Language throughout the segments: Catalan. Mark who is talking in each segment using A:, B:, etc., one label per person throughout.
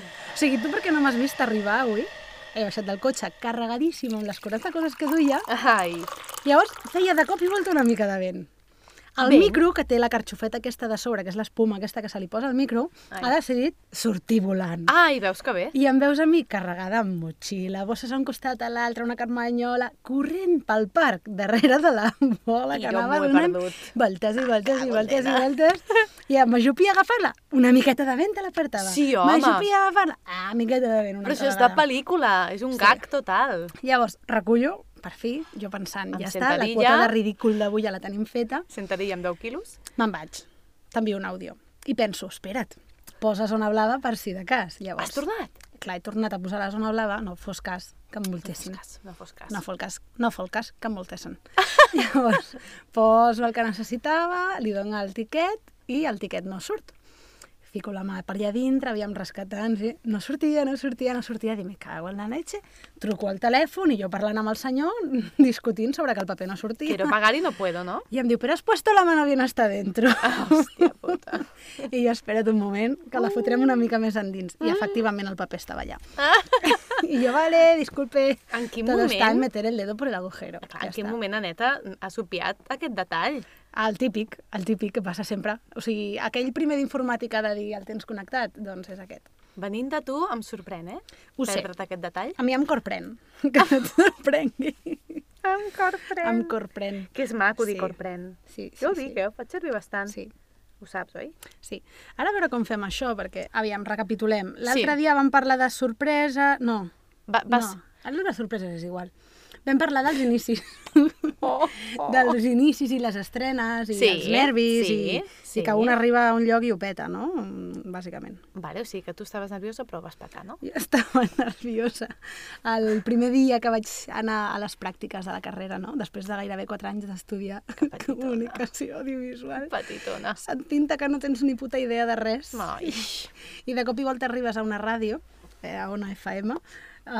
A: O sigui, tu per què no m'has vist arribar avui? He baixat del cotxe carregadíssima amb les 40 coses que duia.
B: Ai,
A: Llavors feia de cop i volta una mica de vent. El
B: Vent?
A: micro, que té la carxofeta aquesta de sobre, que és l'espuma aquesta que se li posa al micro,
B: Ai.
A: ha decidit sortir volant.
B: ai, veus que bé?
A: I em veus a mi carregada amb motxilla, bosses a un costat a l'altre, una carmanyola, corrent pel parc, darrere de la bola
B: I
A: que
B: jo
A: anava
B: m'ho he
A: donant
B: perdut. Ah,
A: voltes i voltes i
B: Cago en
A: voltes i
B: nena.
A: voltes. I em ajupia a agafar-la, una miqueta de vent te l'apartava.
B: Sí, home.
A: M'ajupia a agafar-la, ah, miqueta de vent, una
B: Però això
A: altra
B: és de
A: vegada.
B: pel·lícula, és un gag total.
A: Llavors, recullo, per fi, jo pensant,
B: Em
A: ja està, la
B: sentadilla.
A: quota de ridícul d'avui ja la tenim feta,
B: Sentadilla amb 10 quilos?
A: me'n vaig, t'envio un àudio. I penso, espera't, posa zona blava per si de cas. Llavors,
B: Has tornat?
A: clar, he tornat a posar la zona blava, no fos cas que em multessin.
B: No fos cas, No
A: No
B: fos cas.
A: fos cas, no fos cas que em multessin. Llavors, poso el que necessitava, li dono el tiquet i el tiquet no surt. Fico la mà per allà dintre, havíem rescatant, i no sortia, no sortia, no sortia, dic, me cago en la leche, truco al telèfon i jo parlant amb el senyor, discutint sobre que el paper no sortia.
B: Quiero pagar y no puedo, ¿no?
A: I em diu, però has puesto la mano bien hasta dentro.
B: Ah, Hòstia puta.
A: I jo, espera't un moment, que la fotrem una mica més endins.
B: Ah.
A: I efectivament el paper estava allà. I jo, vale, disculpe.
B: En quin
A: Todo está en
B: moment-
A: meter el dedo por el agujero.
B: Clar,
A: Ja
B: en quin
A: està.
B: moment, Aneta, ha sopiat aquest detall?
A: El típic, el típic que passa sempre. O sigui, aquell primer d'informàtica de dir el tens connectat, doncs és aquest.
B: Venint de tu, em sorprèn, eh?
A: Ho sé.
B: Perdre't aquest detall.
A: A mi em corprèn, que no et sorprengui.
B: Em corprèn.
A: Em corprèn.
B: Que és maco dir
A: Sí.
B: corprèn.
A: Sí, sí,
B: jo ho
A: sí.
B: dic, eh? Ho faig servir bastant.
A: Sí.
B: Ho saps, oi?
A: Sí. Ara a veure com fem això, perquè, aviam, recapitulem. L'altre
B: Sí.
A: dia vam parlar de sorpresa... No,
B: Va, vas...
A: no. Ara les sorpreses és igual. Vam parlar dels inicis.
B: Oh, oh.
A: dels inicis i les estrenes i
B: Sí,
A: els nervis
B: sí,
A: i,
B: sí.
A: i que un arriba a un lloc i ho peta, no? Bàsicament.
B: Vale, o sigui que tu estaves nerviosa, però ho vas petar, no?
A: Jo estava nerviosa el primer dia que vaig anar a les pràctiques de la carrera, no? Després de gairebé 4 anys d'estudiar
B: petitona.
A: comunicació audiovisual.
B: Petitona.
A: Et pinta que no tens ni puta idea de res.
B: Ai.
A: I de cop i volta arribes a una ràdio, eh, a una FM, eh,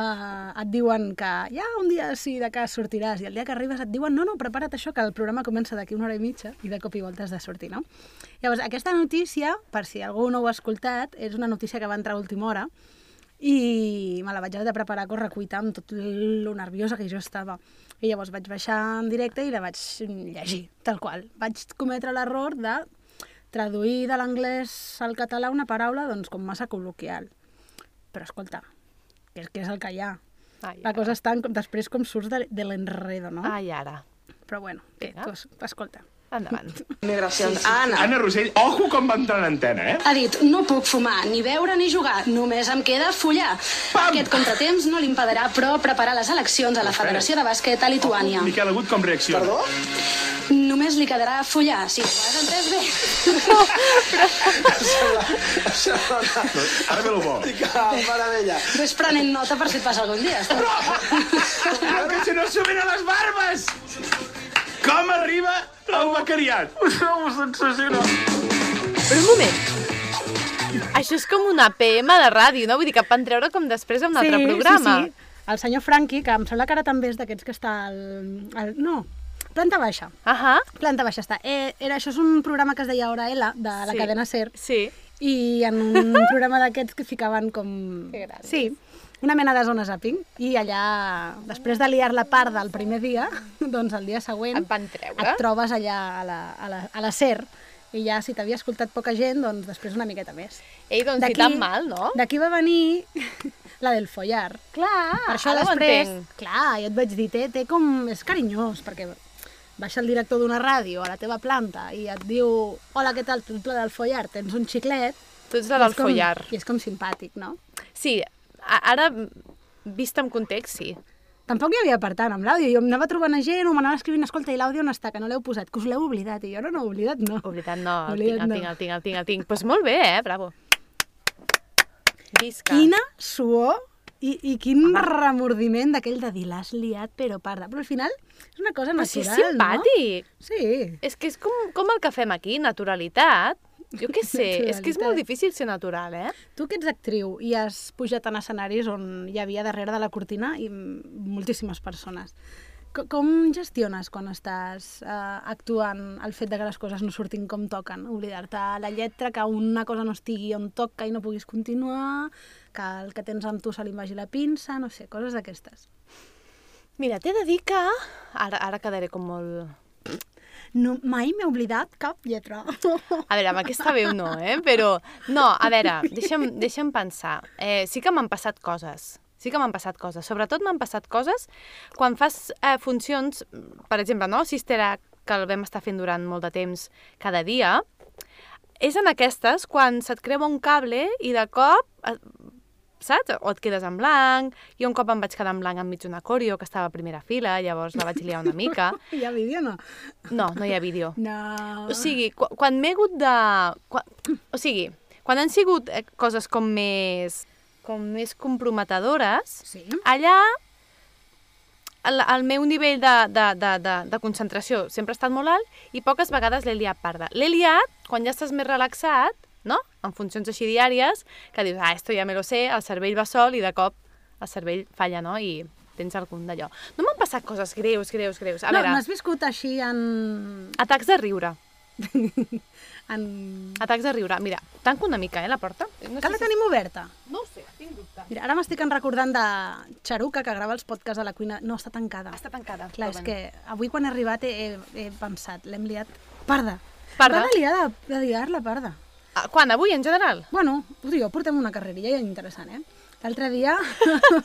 A: et diuen que ja un dia sí, de cas sortiràs, i el dia que arribes et diuen no, no, prepara't això, que el programa comença d'aquí una hora i mitja, i de cop i volta has de sortir, no? Llavors, aquesta notícia, per si algú no ho ha escoltat, és una notícia que va entrar a última hora, i me la vaig haver de preparar a correcuita amb tot lo nerviosa que jo estava. I llavors vaig baixar en directe i la vaig llegir, tal qual. Vaig cometre l'error de traduir de l'anglès al català una paraula doncs, com massa col·loquial. Però escolta, que és, que és el que hi ha.
B: Ai,
A: La cosa està en, com- després com surts de, de l'enredo, no?
B: Ai, ara.
A: Però bueno, que,
B: Ah. Vinga.
A: tu, es- escolta.
B: Endavant.
C: Migracions. Anna.
D: Anna Rosell, ojo com va entrar en antena, eh?
E: Ha dit, no puc fumar, ni beure ni jugar, només em queda follar.
D: Pam!
E: Aquest contratemps no li impedirà, però, preparar les eleccions a la Federació de Bàsquet a Lituània.
D: Miquel Agut com reacciona. Perdó?
E: Només li quedarà follar, si ho has entès bé.
D: Ara ve lo bo.
C: Meravella.
E: Ves prenent nota per si et passa algun dia. Escolta.
D: que se nos suben a les barbes! Com arriba el becariat? Sou sensacional.
B: Però un moment. Això és com una PM de ràdio, no? Vull dir que et van treure com després a un altre programa.
A: Sí, sí. El senyor Franqui, que em sembla que ara també és d'aquests que està al... al no, planta baixa.
B: Ahà.
A: Planta baixa està. Eh, era, això és un programa que es deia Hora L, de la
B: Sí.
A: cadena SER.
B: Sí.
A: i en un programa d'aquests que ficaven com...
B: Que grans.
A: Sí, una mena de zona zapping. I allà, després de liar la part del primer dia, doncs el dia següent
B: Et van treure.
A: et trobes allà a la, a la, a la SER i ja si t'havia escoltat poca gent, doncs després una miqueta més.
B: Ei, doncs ni
A: D'aquí-
B: tan mal, no?
A: D'aquí va venir la del follar.
B: Clar,
A: Per això
B: Ah, ara ho
A: després,
B: entenc.
A: clar, jo et vaig dir, té, té com... És carinyós, perquè baixa el director d'una ràdio a la teva planta i et diu hola, què tal, tu ets la del follar, tens un xiclet...
B: Tu ets
A: I
B: la del
A: és com-
B: follar.
A: I és com simpàtic, no?
B: Sí, a- ara, vist en context, sí.
A: Tampoc hi havia per tant amb l'àudio. Jo em anava trobant a gent o m'anava escrivint, escolta, i l'àudio on està, que no l'heu posat, que us l'heu oblidat. I jo, no, no, oblidat no.
B: Oblidat Oh, no, el
A: Oblidat
B: tinc, el
A: no.
B: tinc, el tinc, el tinc, el tinc. Pues molt bé, eh? Bravo. Visca.
A: Quina suor i, i quin remordiment d'aquell de dir, l'has liat, però parda. Però al final és una cosa
B: Però si és
A: natural,
B: simpàtic.
A: no? Sí.
B: És que és com, com el que fem aquí, naturalitat. Jo què sé, és que és molt
A: Naturalitat.
B: difícil ser natural, eh?
A: Tu que ets actriu i has pujat en escenaris on hi havia darrere de la cortina i mm, moltíssimes persones. Co- Com gestiones quan estàs eh, actuant el fet de que les coses no surtin com toquen? Oblidar-te la lletra, que una cosa no estigui on toca i no puguis continuar, que el que tens amb tu se li vagi la pinça, no sé, coses d'aquestes.
B: Mira, t'he de dir que... Ara, ara quedaré com molt...
A: No, mai m'he oblidat cap lletra.
B: A veure, amb aquesta veu no, eh? Però, no, a veure, deixa'm, deixa'm pensar. Eh, sí que m'han passat coses. Sí que m'han passat coses. Sobretot m'han passat coses quan fas eh, funcions, per exemple, no? Sister Act, que el vam estar fent durant molt de temps cada dia, és en aquestes quan se't creua un cable i de cop eh, saps? O et quedes en blanc. Jo un cop em vaig quedar en blanc enmig d'una coreo que estava a primera fila, llavors la vaig liar una mica.
A: Hi ha vídeo, no?
B: No, no hi ha vídeo.
A: No.
B: O sigui, quan, quan m'he hagut de... Quan, o sigui, quan han sigut eh, coses com més com més comprometedores,
A: Sí.
B: allà el, el meu nivell de, de, de, de, de concentració sempre ha estat molt alt i poques vegades l'he liat parda. L'he liat quan ja estàs més relaxat, no? En funcions així diàries, que dius, ah, esto ja me lo sé, el cervell va sol i de cop el cervell falla, no? I tens algun d'allò. No m'han passat coses greus, greus, greus. A
A: no,
B: veure,
A: m'has viscut així en...
B: atacs de riure.
A: en...
B: Atacs de riure. Mira, tanco una mica, eh, la porta. No
A: Que la tenim oberta.
B: No ho sé, tinc dubte.
A: Mira, ara m'estic en recordant de Xaruca, que grava els podcasts a la cuina. No, està tancada.
B: Està tancada.
A: Clar, és que avui quan he arribat he, he, he pensat, l'hem liat parda.
B: Parda?
A: Va de liar, de, de liar la parda.
B: Ah, Quan? Avui, en general?
A: Bueno, ho diu, portem una carrerilla interessant, eh? L'altre dia,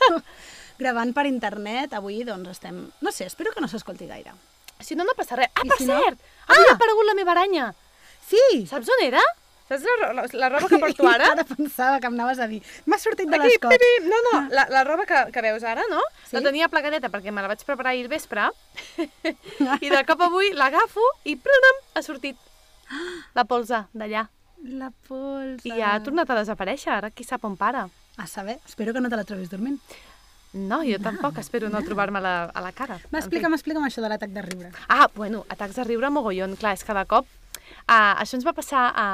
A: gravant per internet, avui doncs estem... No sé, espero que no s'escolti gaire.
B: Si no, no passa res. Ah,
A: I
B: per
A: si no?
B: cert! Avui
A: Ah!
B: ha aparegut la meva aranya.
A: Sí!
B: Saps on era? Saps la, ro- la, la roba que porto ara?
A: Ara pensava que em anaves a dir, m'ha sortit de
B: Aquí,
A: l'escot.
B: pipi. No, no, la, la roba que, que veus ara, no?
A: Sí?
B: La tenia plegadeta perquè me la vaig preparar ahir al vespre i de cop avui l'agafo i pranam, ha sortit la polsa d'allà.
A: La polsa.
B: I ha tornat a desaparèixer, ara qui sap on para.
A: A saber, espero que no te la trobis dormint.
B: No, jo tampoc, espero no trobar-me-la a la cara. En fi.
A: M'explica'm, explica'm això de l'atac de riure.
B: Ah, bueno, atacs de riure mogollon, clar, és que de cop... Ah, això ens va passar a,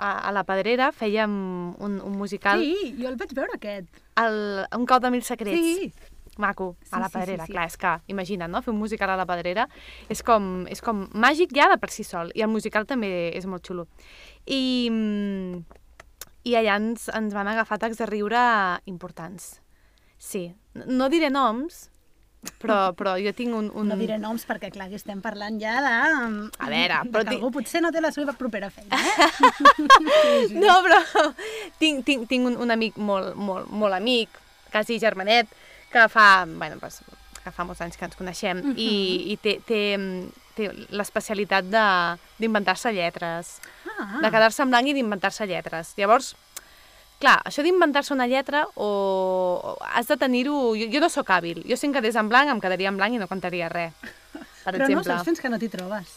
B: a, a la Pedrera, fèiem un, un musical, sí.
A: Sí, jo el vaig veure aquest.
B: el, un cau de mil secrets.
A: Sí.
B: Maco,
A: Sí,
B: a la
A: sí, sí,
B: Pedrera,
A: sí.
B: clar, és que, imagina't, no?, fer un musical a la Pedrera és com, és com màgic ja de per si sol, i el musical també és molt xulo. I, mm, i allà ens, ens van agafar atacs de riure importants. Sí, no no diré noms, però, però jo tinc un... un...
A: No diré noms perquè, clar, que estem parlant ja de... mm,
B: A veure,
A: de
B: però
A: que
B: di-
A: algú potser no té la seva propera feina. Eh?
B: No, però tinc, tinc, tinc un, un amic molt, molt, molt amic, quasi germanet, que fa, bueno, pues, que fa molts anys que ens coneixem
A: Mhm.
B: i, i té, té, mm, té l'especialitat de- d'inventar-se lletres,
A: Ah,
B: de quedar-se en blanc i d'inventar-se lletres. Llavors, clar, això d'inventar-se una lletra o, o has de tenir-ho... Jo, jo no sóc hàbil. Jo si em quedés en blanc, em quedaria en blanc i no cantaria res. Per
A: però no
B: exemple.
A: saps fins que no t'hi trobes.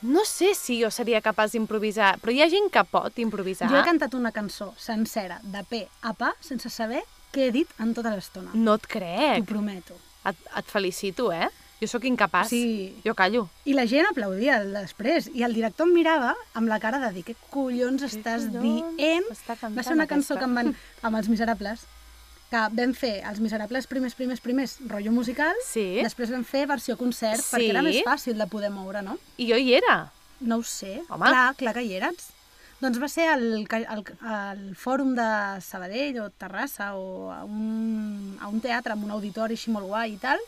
B: no sé si jo seria capaç d'improvisar, però hi ha gent que pot improvisar.
A: Jo he cantat una cançó sencera, de pe a pa, sense saber què he dit en tota l'estona.
B: No et
A: T'ho
B: crec.
A: prometo.
B: Et, et felicito, eh? Jo sóc incapaç.
A: Sí.
B: Jo callo.
A: I la gent aplaudia després, i el director em mirava amb la cara de dir què collons estàs
B: collons
A: dient?
B: està
A: Va
B: cantant
A: ser una cançó
B: aquesta?"
A: que em van... amb els Miserables, que vam fer els Miserables primers, primers, primers, rotllo musical,
B: Sí.
A: després vam fer versió concert, perquè
B: Sí.
A: era més fàcil de poder moure, no?
B: I jo hi era.
A: No ho sé.
B: Home.
A: Clar, clar que hi eres. Doncs va ser el, ca- el, el fòrum de Sabadell o Terrassa o a un, a un teatre amb un auditori així molt guai i tal.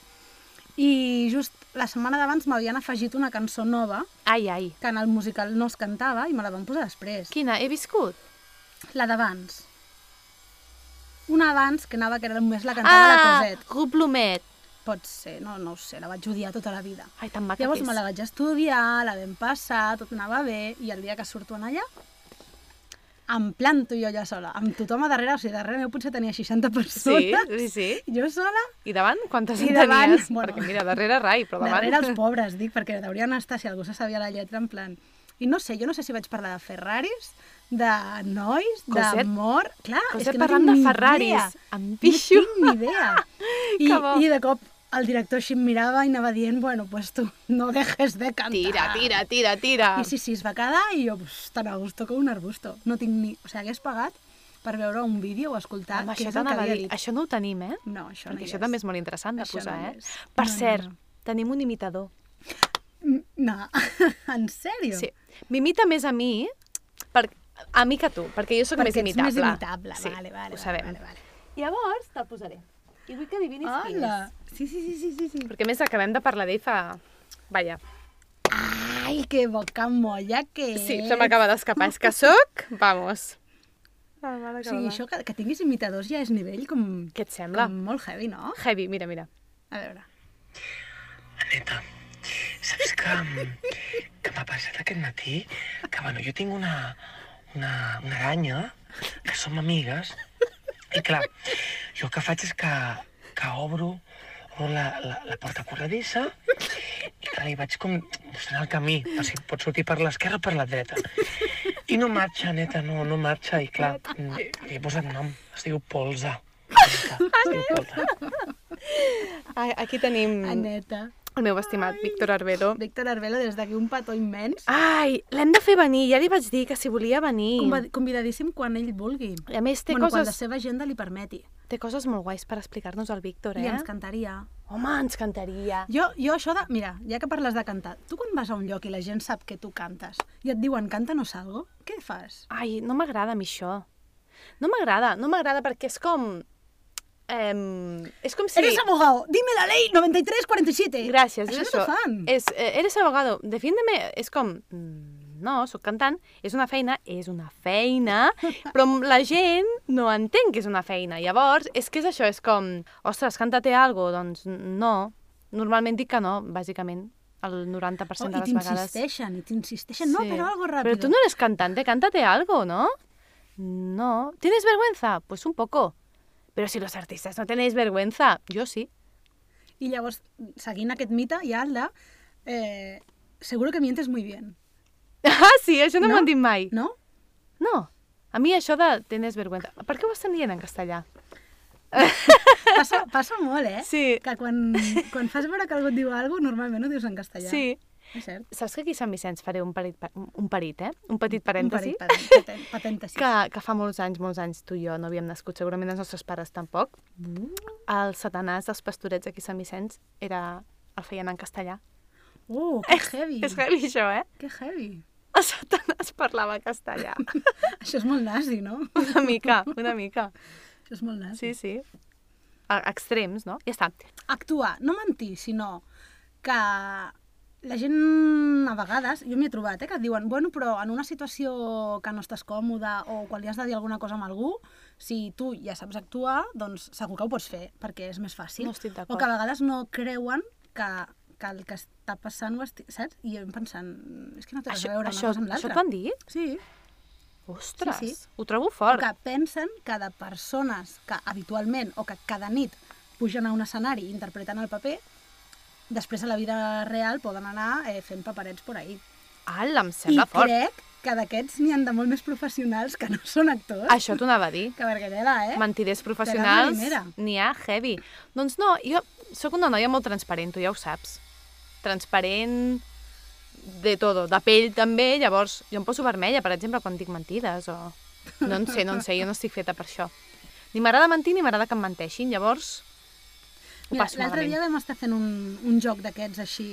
A: I just la setmana d'abans m'havien afegit una cançó nova
B: Ai, ai.
A: que en el musical no es cantava i me la van posar després.
B: Quina? He viscut?
A: La d'abans. Una abans que anava, que era només la cantava
B: Ah,
A: la Coset.
B: Coplomet.
A: Pot ser, no, no ho sé, la vaig odiar tota la vida.
B: Ai, tan maca
A: Llavors
B: que és.
A: me la vaig estudiar, la vam passar, tot anava bé, i el dia que surto en allà, em planto jo allà sola, amb tothom a darrere, o sigui, darrere meu potser tenia 60
B: Sí,
A: persones,
B: sí, sí.
A: jo sola,
B: I davant? Quantes
A: I
B: en
A: davant,
B: tenies?
A: bueno.
B: Perquè mira, darrere rai, però davant...
A: darrere els pobres, dic, perquè deurien estar, si algú se sabia la lletra, en plan... I no sé, jo no sé si vaig parlar de Ferraris, de nois,
B: Cosette-
A: d'amor... Clar,
B: Cosette
A: és que no
B: parlant
A: tinc
B: de
A: ni
B: Ferraris,
A: idea.
B: em pixo.
A: No tinc ni idea. I,
B: Que bo.
A: I de cop el director així em mirava i anava dient, bueno, pues tu no dejes de cantar.
B: Tira, tira, tira, tira.
A: I sí, sí, es va quedar i jo, pues, tan a gusto com un arbusto. No tinc ni... O sigui, hagués pagat per veure un vídeo o escoltar
B: Home,
A: què és el que
B: això t'anava a
A: havia
B: dir.
A: dit.
B: Això no ho tenim, eh?
A: No, això no
B: Perquè
A: hi
B: això
A: és.
B: també és molt interessant de
A: Això
B: posar,
A: no hi
B: eh?
A: és.
B: Per
A: No, no,
B: cert,
A: no.
B: tenim un imitador.
A: Mm, No, en sèrio?
B: Sí. M'imita més a mi, per... a mi que tu, perquè jo sóc
A: Perquè
B: més
A: ets
B: imitable.
A: més imitable,
B: Sí,
A: vale, vale,
B: ho sabem.
A: vale, vale.
B: Llavors, te'l posaré. I vull que adivinis quin
A: Hola!
B: és.
A: Sí, sí, sí, sí, sí, sí.
B: Perquè a més acabem de parlar d'ell fa... Vaja,
A: Ai, que boca molla que
B: sí,
A: ets.
B: se m'acaba d'escapar. És que sóc, vamos. Ah,
A: O sigui, això que, que tinguis imitadors ja és nivell com...
B: Què et sembla?
A: Com molt heavy, no?
B: Heavy, mira, mira.
A: A veure.
F: Aneta, saps que, que m'ha passat aquest matí? Que, bueno, jo tinc una, una, una aranya, que som amigues, i clar, jo el que faig és que, que obro, obro la, la, la porta corredissa i que li vaig com mostrant el camí, o sigui, pot sortir per l'esquerra o per la dreta. I no marxa, neta, no, no marxa, i clar, li li he posat nom, es diu Polsa. Es diu Polsa.
B: Ai, aquí tenim
A: Aneta.
B: el meu estimat Víctor Arbedo.
A: Víctor Arbelo, des d'aquí un petó immens.
B: Ai, l'hem de fer venir. Ja li vaig dir que si volia venir.
A: Conva- Convidadíssim quan ell vulgui.
B: I a més té,
A: bueno, quan la
B: coses,
A: seva agenda li permeti.
B: té coses molt guais per explicar-nos al Víctor,
A: I
B: eh?
A: ens cantaria.
B: Home, ens cantaria.
A: Jo, jo això de... Mira, ja que parles de cantar, tu quan vas a un lloc i la gent sap que tu cantes i et diuen canta no salgo, què fas?
B: Ai, no m'agrada a mi això. No m'agrada, no m'agrada perquè és com... Ehm, és com si...
A: Eres abogado, dime la ley 9347.
B: Gràcies,
A: això
B: és
A: és
B: això.
A: fan.
B: És, eh, eres abogado, defiéndeme, és com... mm, No, sóc cantant, és una feina, és una feina, però la gent no entén que és una feina. Llavors, és que és això, és com, ostres, canta-te algo, doncs no. Normalment dic que no, bàsicament, el 90%
A: Oh, I
B: de les vegades.
A: t'insisteixen, i t'insisteixen. No, però algo rápido.
B: Pero tú no eres cantante, cántate algo, ¿no? No. ¿Tienes vergüenza? Pues un poco. Pero si los artistas no tenéis vergüenza, yo sí.
A: I llavors, seguint aquest mite, hi ha el de... Eh, seguro que mientes muy bien,
B: Ah, sí, això no, no? m'ho han dit mai. No.
A: no?
B: A mi això de tienes vergüenza... Per què ho estan dient en castellà?
A: Passa, passa molt, eh?
B: Sí.
A: Que quan, quan fas veure que algú et diu alguna cosa, normalment ho dius en castellà.
B: Sí.
A: És cert.
B: Saps que aquí a Sant Vicenç faré un parit, un parit eh? Un petit parèntesi.
A: Un parit, patent, patèntesi.
B: que, que fa molts anys, molts anys, tu i jo no havíem nascut, segurament els nostres pares tampoc. Mm. El satanàs dels pastorets aquí a Sant Vicenç era, el feien en castellà.
A: Oh, que heavy.
B: És heavy això, eh?
A: Que heavy.
B: El Satanàs parlava castellà.
A: Això és molt nazi, no?
B: Una mica, una mica.
A: Això és molt nazi.
B: Sí, sí. A extrems, no? Ja està.
A: Actuar, no mentir, sinó que la gent a vegades, jo m'hi he trobat, eh, que et diuen, bueno, però en una situació que no estàs còmoda o quan li has de dir alguna cosa a algú, si tu ja saps actuar, doncs segur que ho pots fer, perquè és més fàcil.
B: No estic d'acord.
A: o que a vegades no creuen que, que el que està passant ho esti... saps? I jo em pensant, és que no té res
B: Això,
A: a veure una
B: això,
A: cosa amb
B: això
A: l'altra.
B: t'ho han dit?
A: Sí.
B: Ostres,
A: Sí, sí.
B: ho trobo
A: o
B: fort.
A: que pensen que de persones que habitualment o que cada nit pugen a un escenari i interpreten el paper, després a la vida real poden anar eh, fent paperets por ahí.
B: Ala, em
A: I
B: sembla fort.
A: crec que d'aquests n'hi han de molt més professionals que no són actors.
B: Això t'ho anava a dir.
A: Que vergadela, eh?
B: Mentiders
A: Te la
B: professionals,
A: marinera.
B: n'hi ha heavy. Doncs no, jo sóc una noia molt transparent, tu ja ho saps. Transparent de todo, de pell també, llavors jo em poso vermella, per exemple, quan dic mentides o... No en sé, no en sé, jo no estic feta per això. Ni m'agrada mentir ni m'agrada que em menteixin, llavors ho
A: Mira,
B: passo
A: L'altre dia
B: malament.
A: vam estar fent un, un joc d'aquests així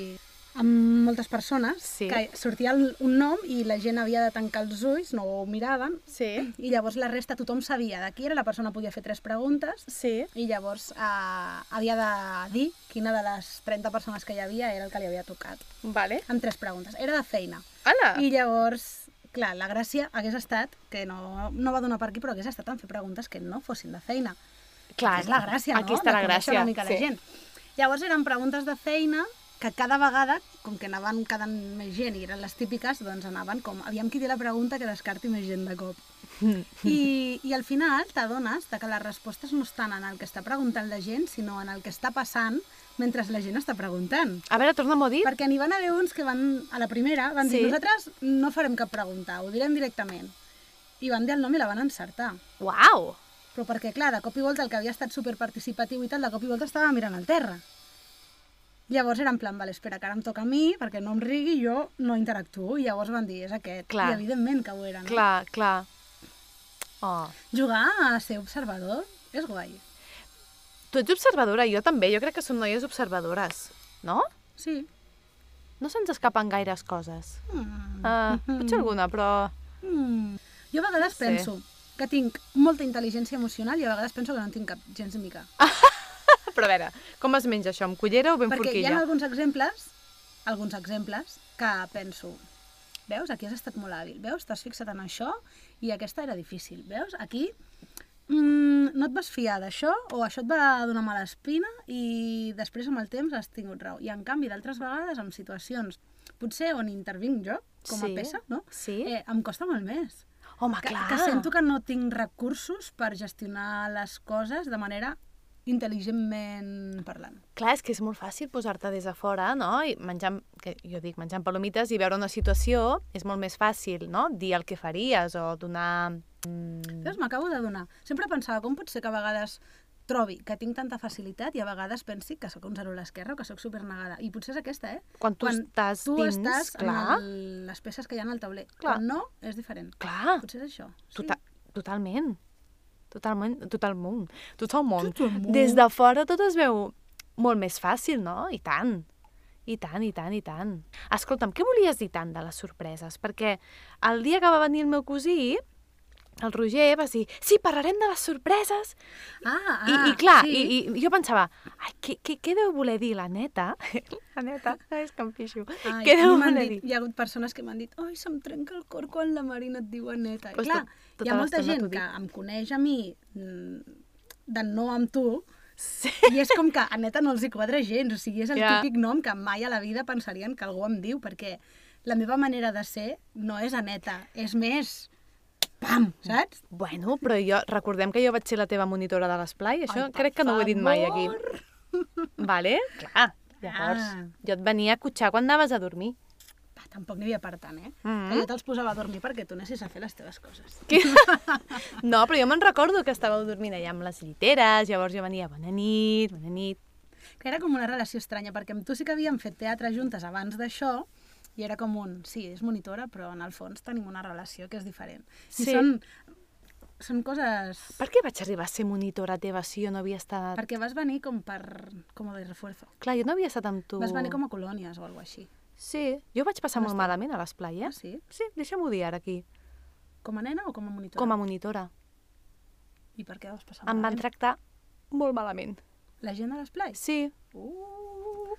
A: amb moltes persones,
B: Sí.
A: que sortia el, un nom i la gent havia de tancar els ulls, no ho miraven,
B: Sí,
A: i llavors la resta tothom sabia de qui era, la persona podia fer tres preguntes,
B: sí.
A: I llavors eh, havia de dir quina de les 30 persones que hi havia era el que li havia tocat,
B: Vale.
A: amb tres preguntes. Era de feina.
B: Ala!
A: I llavors, clar, la gràcia hagués estat, que no, no va donar per aquí, però hagués estat en fer preguntes que no fossin de feina. Ah,
B: clar,
A: és la gràcia, no?
B: aquí Aquí està
A: de
B: la
A: conèixer
B: gràcia.
A: Una mica la gent. Llavors eren preguntes de feina que cada vegada, com que anaven quedant més gent i eren les típiques, doncs anaven com, aviam qui té la pregunta que descarti més gent de cop. I, i al final t'adones de que les respostes no estan en el que està preguntant la gent, sinó en el que està passant mentre la gent està preguntant.
B: A veure, torna'm a dir.
A: Perquè n'hi van haver uns que van, a la primera, van dir,
B: Sí.
A: nosaltres no farem cap pregunta, ho direm directament. I van dir el nom i la van encertar.
B: Uau!
A: Però perquè, clar, de cop i volta el que havia estat superparticipatiu i tal, de cop i volta estava mirant al terra. Llavors era en plan, vale, espera, que ara em toca a mi, perquè no em rigui, jo no interactuo. I llavors van dir, és aquest.
B: Clar.
A: I evidentment que ho era, no?
B: Clar, clar. Oh.
A: Jugar a ser observador és guai.
B: Tu ets observadora, jo també. Jo crec que som noies observadores, no?
A: Sí.
B: No se'ns escapen gaires coses.
A: Mm.
B: Uh, potser alguna, però...
A: Mm. Jo Jo a vegades
B: sé.
A: penso que tinc molta intel·ligència emocional i a vegades penso que no en tinc cap gens ni mica.
B: Però a veure, com es menja això? Amb cullera o ben
A: Perquè hi
B: forquilla?
A: ha alguns exemples, alguns exemples que penso, veus, aquí has estat molt hàbil, veus, t'has fixat en això i aquesta era difícil, veus, aquí mm, no et vas fiar d'això o això et va donar mala espina i després amb el temps has tingut raó. I en canvi, d'altres vegades, amb situacions, potser on intervinc jo, com a
B: Sí,
A: peça, no?
B: sí.
A: Eh, em costa molt més.
B: Home,
A: Que,
B: clar.
A: que sento que no tinc recursos per gestionar les coses de manera intel·ligentment parlant.
B: Clar, és que és molt fàcil posar-te des de fora, no? I menjant, que jo dic, menjant palomites i veure una situació és molt més fàcil, no? Dir el que faries o donar...
A: Veus, m'acabo de donar. Sempre pensava, com pot ser que a vegades trobi que tinc tanta facilitat i a vegades pensi que sóc un zero a l'esquerra o que sóc supernegada. I potser és aquesta, eh?
B: Quan tu estàs
A: tu
B: dins,
A: estàs
B: clar.
A: en el, les peces que hi ha al tauler.
B: Clar.
A: Quan no, és diferent.
B: Clar.
A: Potser és això. Sí.
B: Tota, totalment. Totalment, totalment. Tot el món. Des de fora tot es veu molt més fàcil, no? I tant. I tant, i tant, i tant. Escolta'm, què volies dir tant de les sorpreses? Perquè el dia que va venir el meu cosí, el Roger va dir, sí, parlarem de les sorpreses.
A: Ah,
B: I,
A: ah,
B: I clar,
A: sí.
B: i, i jo pensava, ai, què, què, què deu voler dir la neta? la neta, és que em pixo.
A: Ai,
B: què
A: a
B: deu
A: mi m'han
B: voler
A: dit,
B: dir?
A: hi ha hagut persones que m'han dit ai, se'm trenca el cor quan la Marina et diu neta. I
B: Pues
A: clar,
B: tot- tota
A: hi ha molta
B: l'estona
A: gent
B: t'ho dic.
A: que em coneix a mi mm, de no amb tu, sí. i és com que a neta no els hi quadra gens, o sigui, és el
B: Ja.
A: yeah. típic nom que mai a la vida pensarien que algú em diu, perquè la meva manera de ser no és aneta, és més... Pam, saps?
B: Bueno, però jo, recordem que jo vaig ser la teva monitora de l'esplai,
A: Ai,
B: això
A: per
B: crec que no ho he dit mai aquí.
A: favor.
B: Vale? Clar. Llavors,
A: Ah.
B: jo et venia a cotxar quan anaves a dormir.
A: Va, tampoc n'hi havia per tant, eh?
B: Mhm.
A: Que jo te'ls posava a dormir perquè tu anessis a fer les teves coses.
B: Que- No, però jo me'n recordo que estàveu dormint allà amb les lliteres, llavors jo venia, bona nit, bona nit.
A: que era com una relació estranya, perquè amb tu sí que havíem fet teatre juntes abans d'això, i era com un, sí, és monitora, però en el fons tenim una relació que és diferent. I
B: Sí.
A: són, són coses...
B: Per què vaig arribar a ser monitora teva si jo no havia estat...
A: Perquè vas venir com per... com de refuerzo.
B: Clar, jo no havia estat amb tu.
A: Vas venir com a colònies o alguna així.
B: Sí, jo vaig passar molt malament a l'esplai, eh?
A: Ah, sí?
B: Sí, deixa'm-ho dir ara aquí.
A: Com a nena o com a monitora?
B: Com a monitora.
A: I per què vas passar
B: Em van
A: malament?
B: tractar molt malament.
A: La gent de les plaies?
B: Sí.
A: Uh,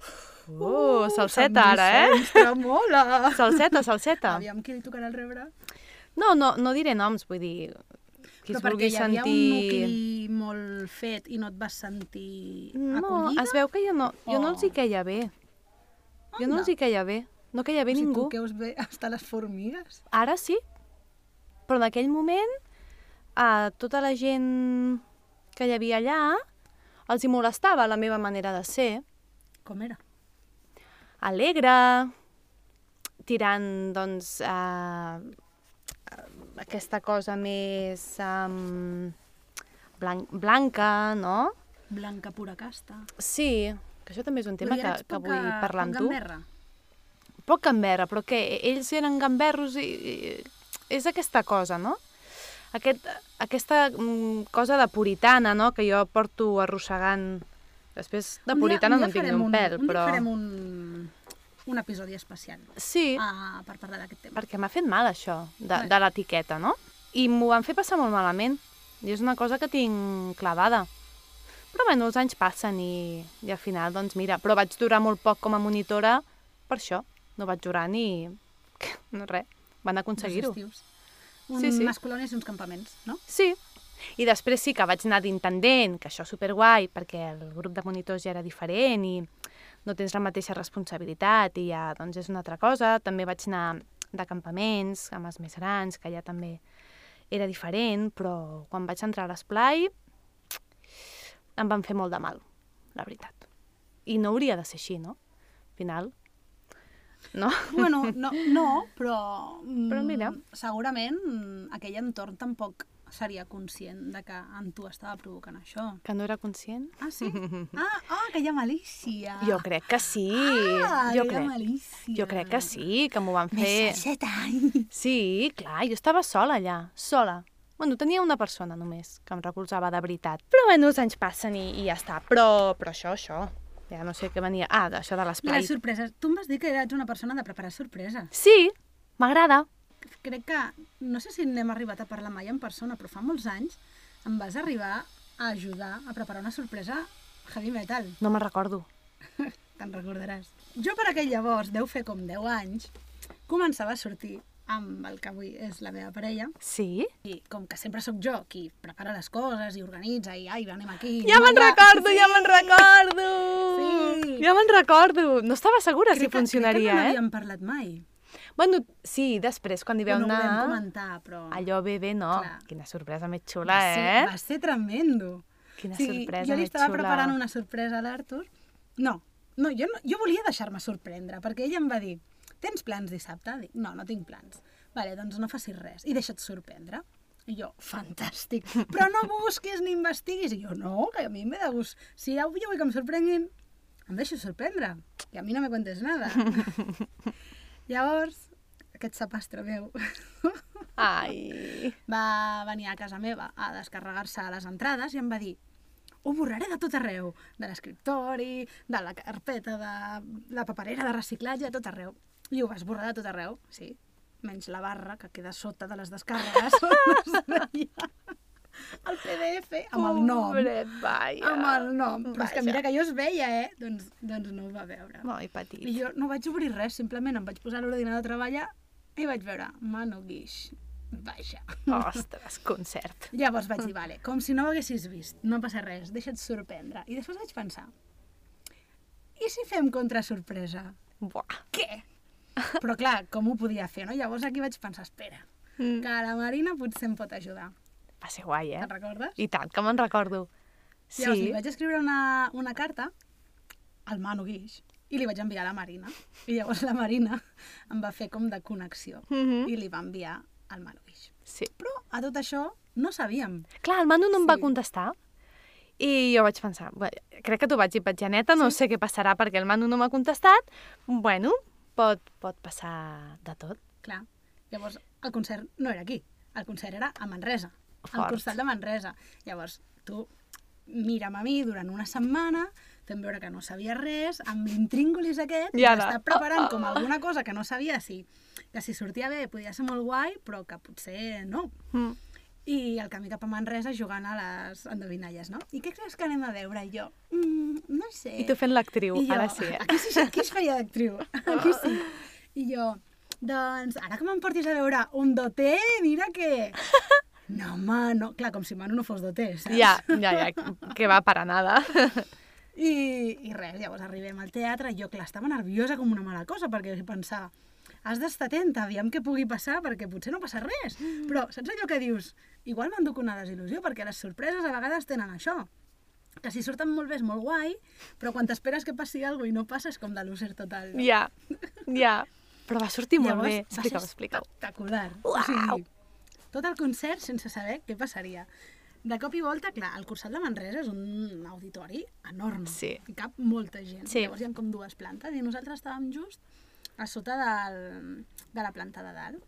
B: Uh, salseta ara, eh?
A: Tremola!
B: Salseta, salseta.
A: Aviam qui li tocarà el rebre.
B: No, no, no diré noms, vull dir... Qui
A: Però
B: es
A: perquè
B: vulgui
A: hi havia
B: sentir...
A: un nucli molt fet i no et vas sentir
B: No,
A: acollida?
B: es veu que jo no, jo no els hi
A: Oh.
B: queia bé. Jo no els hi queia bé. No queia bé
A: si
B: ningú.
A: tu que us ve hasta les formigues.
B: Ara sí, però en aquell moment a tota la gent que hi havia allà els hi molestava la meva manera de ser.
A: Com era?
B: Alegre, tirant, doncs, eh, aquesta cosa més um, blan blanca, no?
A: Blanca pura casta.
B: Sí, que això també és un tema que,
A: Però ja ets
B: que
A: poca-
B: vull parlar amb
A: poca
B: tu.
A: gamberra.
B: poc gamberra, però que ells eren gamberros i, i és aquesta cosa, no? Aquest, aquesta mm, cosa de puritana, no?, que jo porto arrossegant... Després de
A: Un dia-
B: puritana
A: un dia
B: no en tinc ni
A: farem
B: un pèl,
A: un
B: però...
A: Dia farem un, un episodi especial
B: Sí,
A: ah, per parlar d'aquest tema.
B: perquè m'ha fet mal això, de, de l'etiqueta, no? I m'ho van fer passar molt malament. I és una cosa que tinc clavada. Però bueno, els anys passen i, i al final, doncs mira, però vaig durar molt poc com a monitora per això. No vaig durar ni... No, res, van aconseguir-ho.
A: Dos estius.
B: Sí, sí.
A: Unes colònies i uns campaments, no?
B: Sí. I després sí que vaig anar d'intendent, que això és superguai, perquè el grup de monitors ja era diferent i no tens la mateixa responsabilitat i ja doncs és una altra cosa. També vaig anar d'acampaments amb els més grans, que ja també era diferent, però quan vaig entrar a l'esplai em van fer molt de mal, la veritat. I no hauria de ser així, no? Al final, no?
A: Bueno, no, no però... mm,
B: Però mira.
A: Segurament mm, aquell entorn tampoc seria conscient de que en tu estava provocant això.
B: Que no era conscient?
A: Ah, sí? Ah, ah que hi ha malícia.
B: Jo crec que sí.
A: Ah,
B: jo
A: era
B: crec.
A: malícia.
B: Jo crec que sí, que m'ho van fer...
A: Més sasseta.
B: Sí, clar, jo estava sola allà, sola. Bueno, tenia una persona només que em recolzava de veritat. Però bueno, els anys passen i, i ja està. Però, però això, això, ja no sé què venia... Ah, això de
A: Les
B: l'esplai.
A: sorpreses. Tu em vas dir que eres una persona de preparar sorpreses.
B: Sí, m'agrada.
A: crec que, no sé si n'hem arribat a parlar mai en persona, però fa molts anys em vas arribar a ajudar a preparar una sorpresa heavy metal.
B: No me'n recordo.
A: Te'n recordaràs. Jo per aquell llavors, deu fer com 10 anys, començava a sortir amb el que avui és la meva parella,
B: Sí?
A: i com que sempre sóc jo qui prepara les coses i organitza i ai, anem aquí...
B: Ja
A: no
B: me'n
A: allà".
B: recordo, ja me'n recordo!
A: Sí.
B: Ja me'n recordo! No estava segura
A: Crec
B: si
A: que- crec que no
B: funcionaria, eh?
A: n'havíem parlat mai.
B: Bueno, sí, després, quan hi
A: Veu
B: vau
A: no ho vam
B: anar...
A: comentar, però...
B: Allò bé, bé, no.
A: Clar.
B: Quina sorpresa més xula,
A: va, ser,
B: eh?
A: va ser tremendo.
B: Quina
A: O sigui,
B: sorpresa
A: Jo li
B: més
A: estava
B: xula.
A: preparant una sorpresa a l'Artur. No, no, jo, no, jo volia deixar-me sorprendre, perquè ella em va dir, tens plans dissabte? Dic, no, no tinc plans. Vale, doncs no facis res i deixa't sorprendre. I jo, fantàstic, però no busquis ni investiguis. I jo, no, que a mi em ve de gust. Si ja jo vull que em sorprenguin, em deixo sorprendre, que a mi no me cuentes nada. Llavors, aquest sapastre meu
B: Ai...
A: va venir a casa meva a descarregar-se les entrades i em va dir ho borraré de tot arreu, de l'escriptori, de la carpeta, de la paperera de reciclatge, de tot arreu. I ho vas borrar de tot arreu, sí, menys la barra que queda sota de les descàrregues on es veia el PDF amb el nom.
B: Pobret, vaja.
A: Amb el nom. Però és que
B: Vaja.
A: mira que jo es veia, eh? Doncs, doncs no ho va veure.
B: Ai, petit.
A: I jo no vaig obrir res, simplement em vaig posar a l'ordinador a treballar i vaig veure, mano guix, vaja.
B: Ostres, concert.
A: Llavors vaig dir, vale, com si no ho haguessis vist, no passa res, deixa't sorprendre. I després vaig pensar, i si fem contrasorpresa?
B: Buah.
A: Què? Però clar, com ho podia fer, no? Llavors aquí vaig pensar, espera, mm. que la Marina potser em pot ajudar.
B: Va ser guai, eh?
A: Te'n recordes?
B: I tant, que me'n recordo. Sí.
A: Llavors li vaig escriure una, una carta al Manu Guix i li vaig enviar a la Marina. I llavors la Marina em va fer com de connexió
B: Mhm.
A: i li va enviar al Manu Guix.
B: sí.
A: Però a tot això no sabíem.
B: Clar, el Manu no em va contestar i jo vaig pensar, "Bé, crec que t'ho vaig dir, Petjaneta, no sé què passarà perquè el Manu no m'ha contestat. Bueno, pot, pot passar de tot.
A: Clar. Llavors, el concert no era aquí. El concert era a Manresa.
B: Fort.
A: Al costat de Manresa. Llavors, tu mira'm a mi durant una setmana, fem veure que no sabia res, amb l'intríngulis aquest,
B: I ara,
A: m'està preparant com alguna cosa que no sabia si, que si sortia bé podia ser molt guai, però que potser no.
B: Mm.
A: I el camí cap a Manresa jugant a les endevinalles, no? I què creus que anem a veure? I jo, mm, no sé.
B: I tu fent l'actriu,
A: I jo,
B: ara sí, eh? Ah.
A: Aquí, sí, aquí es feia d'actriu. Aquí sí. I jo, doncs, ara que me'n a veure un doté, mira que... No, home, no. Clar, com si Manu no fos doté, saps?
B: Ja, ja, ja, que va para nada.
A: I, I res, llavors arribem al teatre, jo, clar, estava nerviosa com una mala cosa, perquè pensava, has d'estar atenta, aviam què pugui passar, perquè potser no passa res.
B: Mm.
A: Però saps allò que dius? Igual m'enduc una desil·lusió, perquè les sorpreses a vegades tenen això. Que si surten molt bé és molt guai, però quan t'esperes que passi alguna cosa i no passa és com de loser total. no?
B: Ja, ja. Però va sortir molt bé.
A: va ser
B: Explica-ho, explica-ho.
A: Espectacular. O sigui, tot el concert sense saber què passaria. De cop i volta, clar, el Cursal de Manresa és un auditori enorme.
B: Sí.
A: Hi cap molta gent.
B: Sí.
A: Llavors hi ha com dues plantes i nosaltres estàvem just a sota del, de la planta de dalt,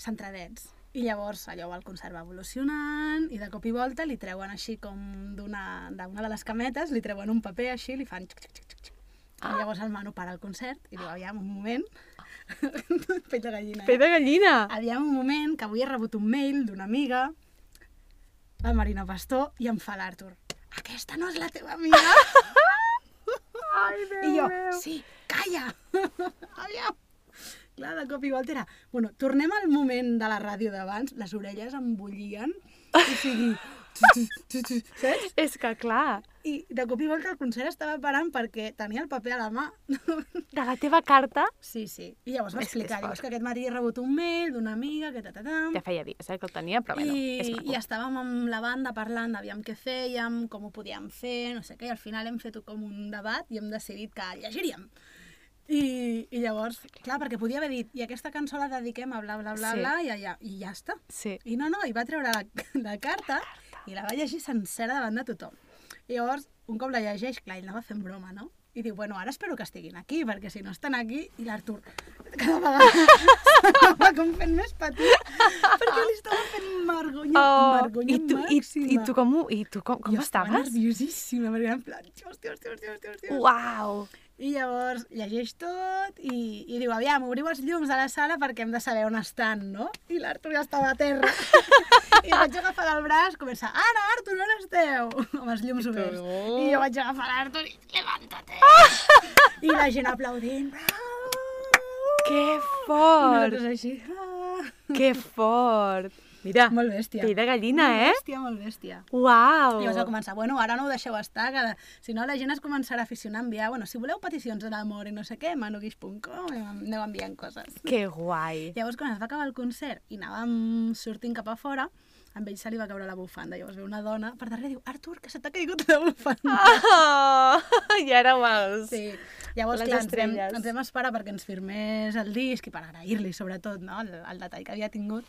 A: centradets. I llavors allò el concert va evolucionant i de cop i volta li treuen així com d'una d'una de les cametes, li treuen un paper així i li fan... Xic, xic, xic, xic.
B: Ah.
A: I llavors el Manu para el concert i diu, aviam, un moment, pell de gallina.
B: Pell
A: Eh?
B: de gallina!
A: Aviam un moment, que avui he rebut un mail d'una amiga, la Marina Pastor, i em fa l'Artur. Aquesta no és la teva amiga? Ai, Déu I jo, sí, calla! Aviam! Clar, de cop i volta era... Bueno, tornem al moment de la ràdio d'abans, les orelles em bullien, o sigui... Saps?
B: És que, clar,
A: I de cop i volta el concert estava parant perquè tenia el paper a la mà.
B: de la teva carta
A: sí, sí. I llavors va
B: És que és
A: explicar,
B: fort.
A: dius que aquest matí he rebut un mail d'una amiga, que ta ta ta.
B: ja feia dies eh, que el tenia, però bueno, és
A: I,
B: maco.
A: I estàvem amb la banda parlant d'aviam què fèiem, com ho podíem fer, no sé què, i al final hem fet com un debat i hem decidit que llegiríem. I, i llavors, clar, perquè podia haver dit, i aquesta cançó la dediquem a bla bla bla
B: Sí.
A: bla, i, ja, i ja està.
B: Sí.
A: I no, no, i va treure la, la carta i la va llegir sencera davant de tothom. I llavors, un cop la llegeix, clar, ell la va fent broma, no? I diu, bueno, ara espero que estiguin aquí, perquè si no estan aquí... I l'Artur cada vegada va com fent més petit, perquè li estava fent vergonya, oh,
B: Oh,
A: vergonya
B: i tu, i,
A: màxima.
B: i tu com, ho, i tu com, com
A: Jo estava
B: estaves?
A: nerviosíssima, perquè era en plan, hòstia, hòstia, hòstia, hòstia, hòstia.
B: Uau!
A: I llavors llegeix tot i, i diu, aviam, obriu els llums de la sala perquè hem de saber on estan, no? I l'Artur ja estava a terra. I el vaig agafar del braç, comença, Anna, Artur, on esteu? Amb els llums oberts. I jo vaig agafar l'Artur i levanta-te. I la gent aplaudint. Bravo!
B: Que
A: I
B: fort!
A: nosaltres així. "Ah".
B: Que fort! Mira,
A: Molt bèstia.
B: pell de gallina, eh?
A: Bèstia, molt bèstia.
B: Uau!
A: I vas a començar, bueno, ara no ho deixeu estar, que de- si no la gent es començarà a aficionar a enviar, bueno, si voleu peticions de l'amor i no sé què, manuguix.com, aneu enviant coses.
B: Que guai!
A: Llavors, quan es va acabar el concert i anàvem sortint cap a fora, a ell se li va caure la bufanda. Llavors veu una dona per darrere i diu, Artur, que se t'ha caigut la bufanda.
B: Oh, ja era maus.
A: Sí. Llavors,
B: Les
A: clar, ens vam,
B: estrelles.
A: ens vam esperar perquè ens firmés el disc i per agrair-li, sobretot, no? el, el detall que havia tingut.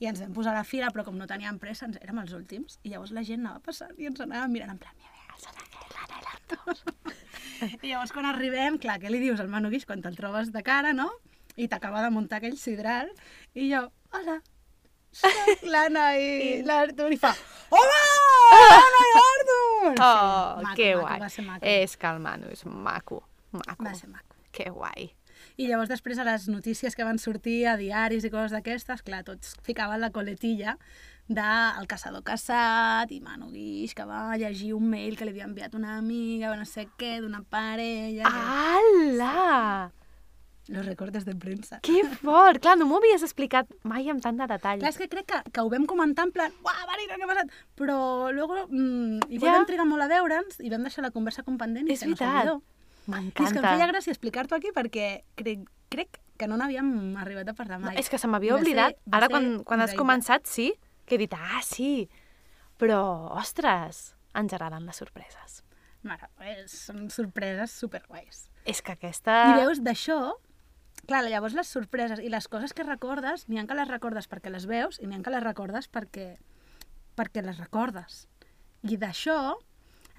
A: I ens vam posar a la fila, però com no teníem pressa, ens, érem els últims. I llavors la gent anava passant i ens anava mirant en plan, mira, mira, els anava I llavors quan arribem, clar, què li dius al Manu Guix quan te'l trobes de cara, no? I t'acaba de muntar aquell sidral. I jo, hola, soc l'Anna i l'Artur. I fa, hola, Anna i Artur! Sí,
B: Oh,
A: maco,
B: que
A: maco,
B: guai.
A: Va ser maco.
B: És que el Manu és maco. Maco.
A: Va ser maco.
B: Que guai.
A: I llavors després a les notícies que van sortir a diaris i coses d'aquestes, clar, tots ficaven la coletilla de El caçador caçat i Manu Guix, que va llegir un mail que li havia enviat una amiga, no sé què, d'una parella...
B: Ah. Ala!
A: Los recortes de premsa.
B: Que fort! Clar, no m'ho havies explicat mai amb tant de detall.
A: Clar, és que crec que, que ho vam comentar en plan, uah, Marina, què ha passat? Però luego, mm, igual
B: Ja.
A: ja. vam trigar molt a veure'ns i vam deixar la conversa com pendent i
B: És
A: se nos
B: veritat.
A: oblidó. I és que em
B: M'encanta.
A: feia gràcia explicar-t'ho aquí perquè crec, crec que no n'havíem arribat a parlar
B: No,
A: mai.
B: és que se m'havia
A: Va ser-
B: oblidat.
A: va
B: Ara,
A: ser
B: quan, quan has
A: increïble.
B: començat, sí, que he dit, ah, sí. Però, ostres, ens agraden les sorpreses.
A: Mare, és, són sorpreses superguais.
B: És que aquesta...
A: I veus, d'això, clar, llavors les sorpreses i les coses que recordes, n'hi ha que les recordes perquè les veus i n'hi ha que les recordes perquè, perquè les recordes. I d'això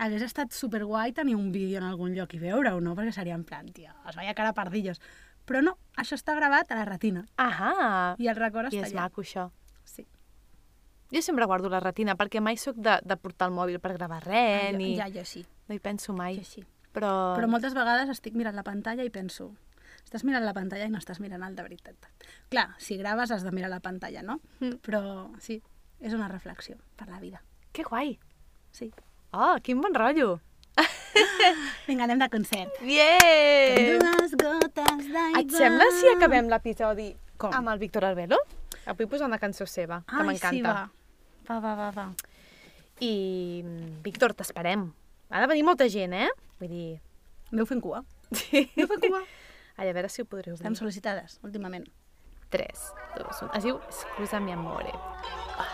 A: hagués estat superguai tenir un vídeo en algun lloc i veure-ho, no? Perquè seria en plan, tia, es veia cara a pardillos. Però no, això està gravat a la retina.
B: Ahà!
A: I el record
B: I
A: està
B: és
A: allà.
B: maco, això.
A: Sí.
B: Jo sempre guardo la retina, perquè mai sóc de, de portar el mòbil per gravar res,
A: Ah, jo-
B: ni...
A: Ja, jo sí,
B: No hi penso mai.
A: jo sí.
B: Però...
A: Però moltes vegades estic mirant la pantalla i penso, estàs mirant la pantalla i no estàs mirant el de veritat. Clar, si graves has de mirar la pantalla, no?
B: Mm.
A: Però sí, és una reflexió per la vida.
B: Que guai!
A: Sí.
B: Oh, quin bon rotllo!
A: Vinga, anem de concert.
B: Bien!
A: Dues gotes d'aigua.
B: Eh. Et sembla si acabem l'episodi
A: Com?
B: amb el Víctor Arbelo? Et vull posar una cançó seva, que
A: Ai, sí,
B: m'encanta.
A: va. Va, va, va, va.
B: I, mm, Víctor, t'esperem. Ha de venir molta gent, eh? Vull dir...
A: Aneu fent cua.
B: Sí.
A: Aneu fent cua.
B: Ai, a veure si ho podré obrir.
A: Estem sol·licitades, últimament.
B: 3, 2, 1... Es diu Scusa mi amore. Ah,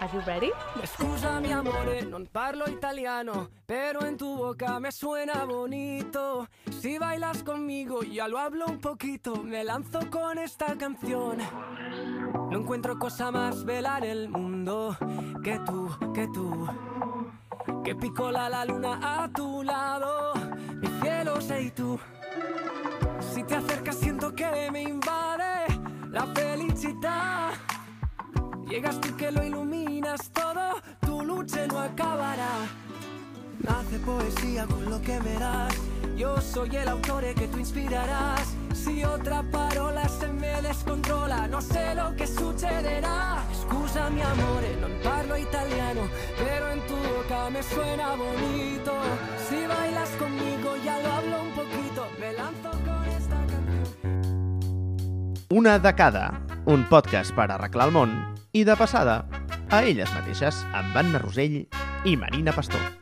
B: Are you ready?
G: Scusa mi amore, non parlo italiano, pero en tu boca me suena bonito. Si bailas conmigo, ya lo hablo un poquito, me lanzo con esta canción. No encuentro cosa más velar el mundo que tú, que tú. Que picola la luna a tu lado, mi cielo sei tú. Si te acercas siento que me invade la felicidad. Llegas tú que lo iluminas todo, tu lucha no acabará. Nace poesía con lo que verás. Yo soy el autor que tú inspirarás. Si otra parola se me descontrola, no sé lo que sucederá. Scusa mi amore, non parlo italiano, pero en tu boca me suena bonito. Si bailas conmigo, ya lo hablo un poquito. Me lanzo con esta canción.
H: Una de cada, un podcast per arreglar el món i, de passada, a elles mateixes, amb Anna Rosell i Marina Pastor.